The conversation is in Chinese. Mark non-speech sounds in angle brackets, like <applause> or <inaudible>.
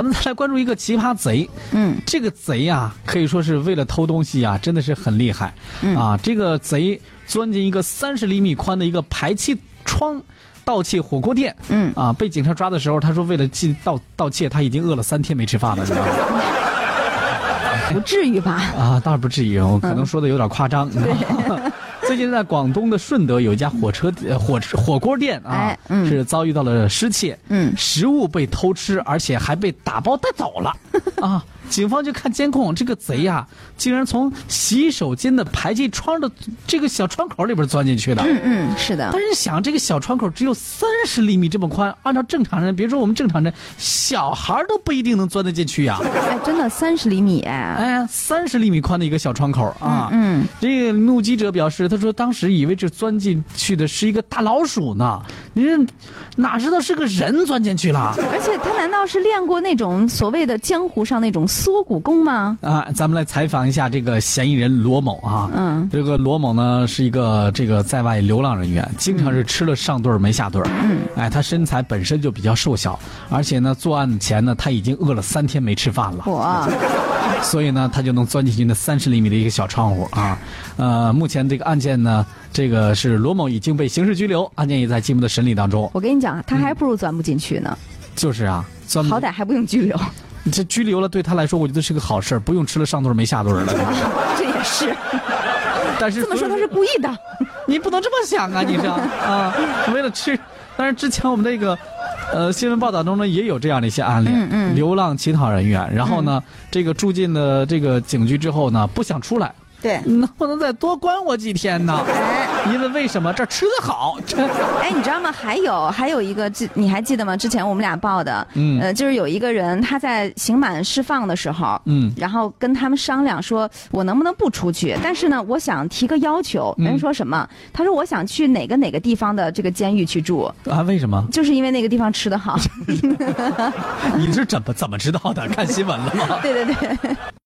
咱们再来关注一个奇葩贼，嗯，这个贼啊，可以说是为了偷东西啊，真的是很厉害，嗯啊，这个贼钻进一个三十厘米宽的一个排气窗。盗窃火锅店，嗯啊，被警察抓的时候，他说为了进盗盗窃，他已经饿了三天没吃饭了，你知道吗？不至于吧？啊，倒是不至于，嗯我可能说的有点夸张。 <laughs> 最近在广东的顺德有一家火车呃火车火锅店啊，哎嗯是遭遇到了失窃，嗯食物被偷吃，而且还被打包带走 <laughs> 了啊！警方就看监控，这个贼呀、竟然从洗手间的排气窗的这个小窗口里边钻进去 <laughs> 的。嗯，是的但，是你想，这个小窗口只有三十厘米这么宽，按照正常人，别说我们正常人，小孩儿都不一定能钻得进去呀、哎，真的三十厘米哎，哎，三十厘米宽的一个小窗口啊。嗯嗯这个目击者表示，他说当时以为这钻进去的是一个大老鼠呢，你这哪知道是个人钻进去了。而且他难道是练过那种所谓的江湖上那种缩骨功吗？啊，咱们来采访一下这个嫌疑人罗某啊。嗯这个罗某呢是一个这个在外流浪人员，经常是吃了上顿儿没下顿嗯。哎，他身材本身就比较瘦小，而且呢，作案前呢他已经饿了三天没吃饭了。我，所以呢，他就能钻进去那三十厘米的一个小窗户啊。呃，目前这个案件呢，这个是罗某已经被刑事拘留，案件也在进一步的审理当中。我跟你讲，他还不如钻不进去呢，就是啊，钻好歹还不用拘留，这拘留了，对他来说，我觉得是个好事儿，不用吃了上顿儿没下顿儿 <laughs> 了。 <laughs> 这也是。但是这么说他是故意的，你不能这么想啊，你是啊，为了吃。但 <laughs> 是之前我们那个，呃，新闻报道中呢也有这样的一些案例，啊嗯嗯流浪乞讨人员，然后呢，这个住进了这个警局之后呢，不想出来，对。能不能再多关我几天呢？因为为什么这儿吃的好？这哎，你知道吗？还有还有一个，这你还记得吗？之前我们俩报的，嗯呃，就是有一个人他在刑满释放的时候，嗯然后跟他们商量说，我能不能不出去？但是呢，我想提个要求。嗯人说什么？他说我想去哪个哪个地方的这个监狱去住，啊，为什么？就是因为那个地方吃 <laughs> 的好。你是怎么怎么知道的？看新闻了吗？对对对。